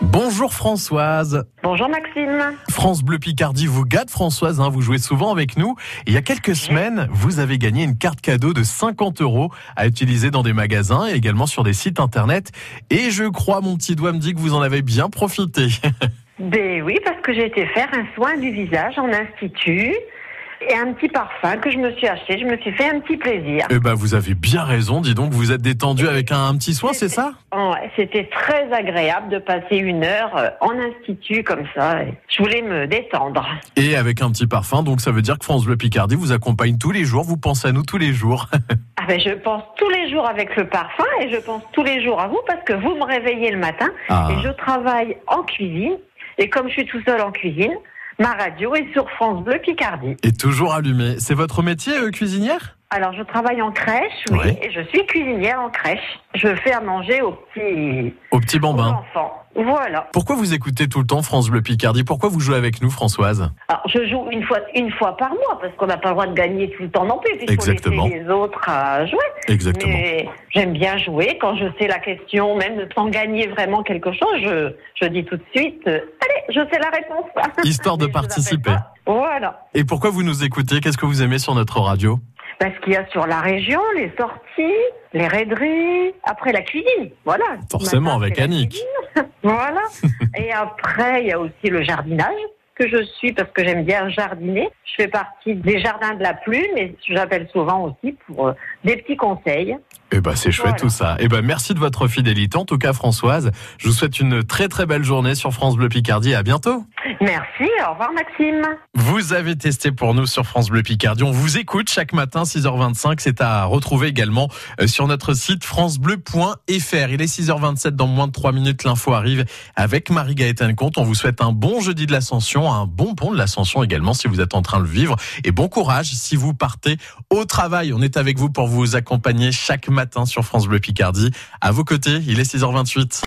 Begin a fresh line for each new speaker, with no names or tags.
Bonjour Françoise.
Bonjour Maxime.
France Bleu Picardie vous gâte Françoise, hein, vous jouez souvent avec nous. Il y a quelques semaines, vous avez gagné une carte cadeau de 50 euros à utiliser dans des magasins et également sur des sites internet. Et je crois, mon petit doigt me dit que vous en avez bien profité.
Ben oui, parce que j'ai été faire un soin du visage en institut et un petit parfum que je me suis acheté. Je me suis fait un petit plaisir.
Eh ben vous avez bien raison, dis donc, vous êtes détendu avec un, un petit soin, c'est ça
Oh, ouais, C'était très agréable de passer une heure euh, en institut comme ça. Et Je voulais me détendre.
Et avec un petit parfum, donc ça veut dire que France Bleu Picardie vous accompagne tous les jours, vous pensez à nous tous les jours.
Ah ben je pense tous les jours avec le parfum et je pense tous les jours à vous parce que vous me réveillez le matin
Ah.
et je travaille en cuisine. Et comme je suis tout seul en cuisine, ma radio est sur France Bleu Picardie.
Et toujours allumé. C'est votre métier, euh, cuisinière
Alors, je travaille en crèche, oui,
Ouais.
et je suis cuisinière en crèche. Je fais à manger aux petits
Au petit
aux
bambin.
enfants. Voilà.
Pourquoi vous écoutez tout le temps France Bleu Picardie Pourquoi vous jouez avec nous, Françoise
Alors, je joue une fois, une fois par mois, parce qu'on n'a pas le droit de gagner tout le temps non plus, puisqu'on
Exactement.
laisse les autres à jouer.
Exactement.
Mais j'aime bien jouer. Quand je sais la question, même sans gagner vraiment quelque chose, je, je dis tout de suite, euh, allez, je sais la réponse.
Histoire de
Mais je vous appelle
participer.
pas. Voilà.
Et pourquoi vous nous écoutez Qu'est-ce que vous aimez sur notre radio
Parce qu'il y a sur la région les sorties, les raideries, après la cuisine, voilà.
Forcément,
Matin,
avec
c'est la
Annick.
cuisine. voilà. Et après, il y a aussi le jardinage que je suis parce que j'aime bien jardiner. Je fais partie des jardins de la plume et j'appelle souvent aussi pour euh, des petits conseils.
Eh ben, c'est chouette
Voilà.
tout ça. Eh ben, merci de votre fidélité. En tout cas, Françoise, je vous souhaite une très très belle journée sur France Bleu Picardie. et À bientôt.
Merci, au revoir Maxime.
Vous avez testé pour nous sur France Bleu Picardie. On vous écoute chaque matin 6h25. C'est à retrouver également euh, sur notre site francebleu.fr. Il est 6h27 dans moins de 3 minutes. L'info arrive avec Marie-Gaëtan Comte. On vous souhaite un bon jeudi de l'ascension, un bon pont de l'ascension également si vous êtes en train de le vivre. Et bon courage si vous partez au travail. On est avec vous pour vous accompagner chaque matin sur France Bleu Picardie. À vos côtés, il est 6h28.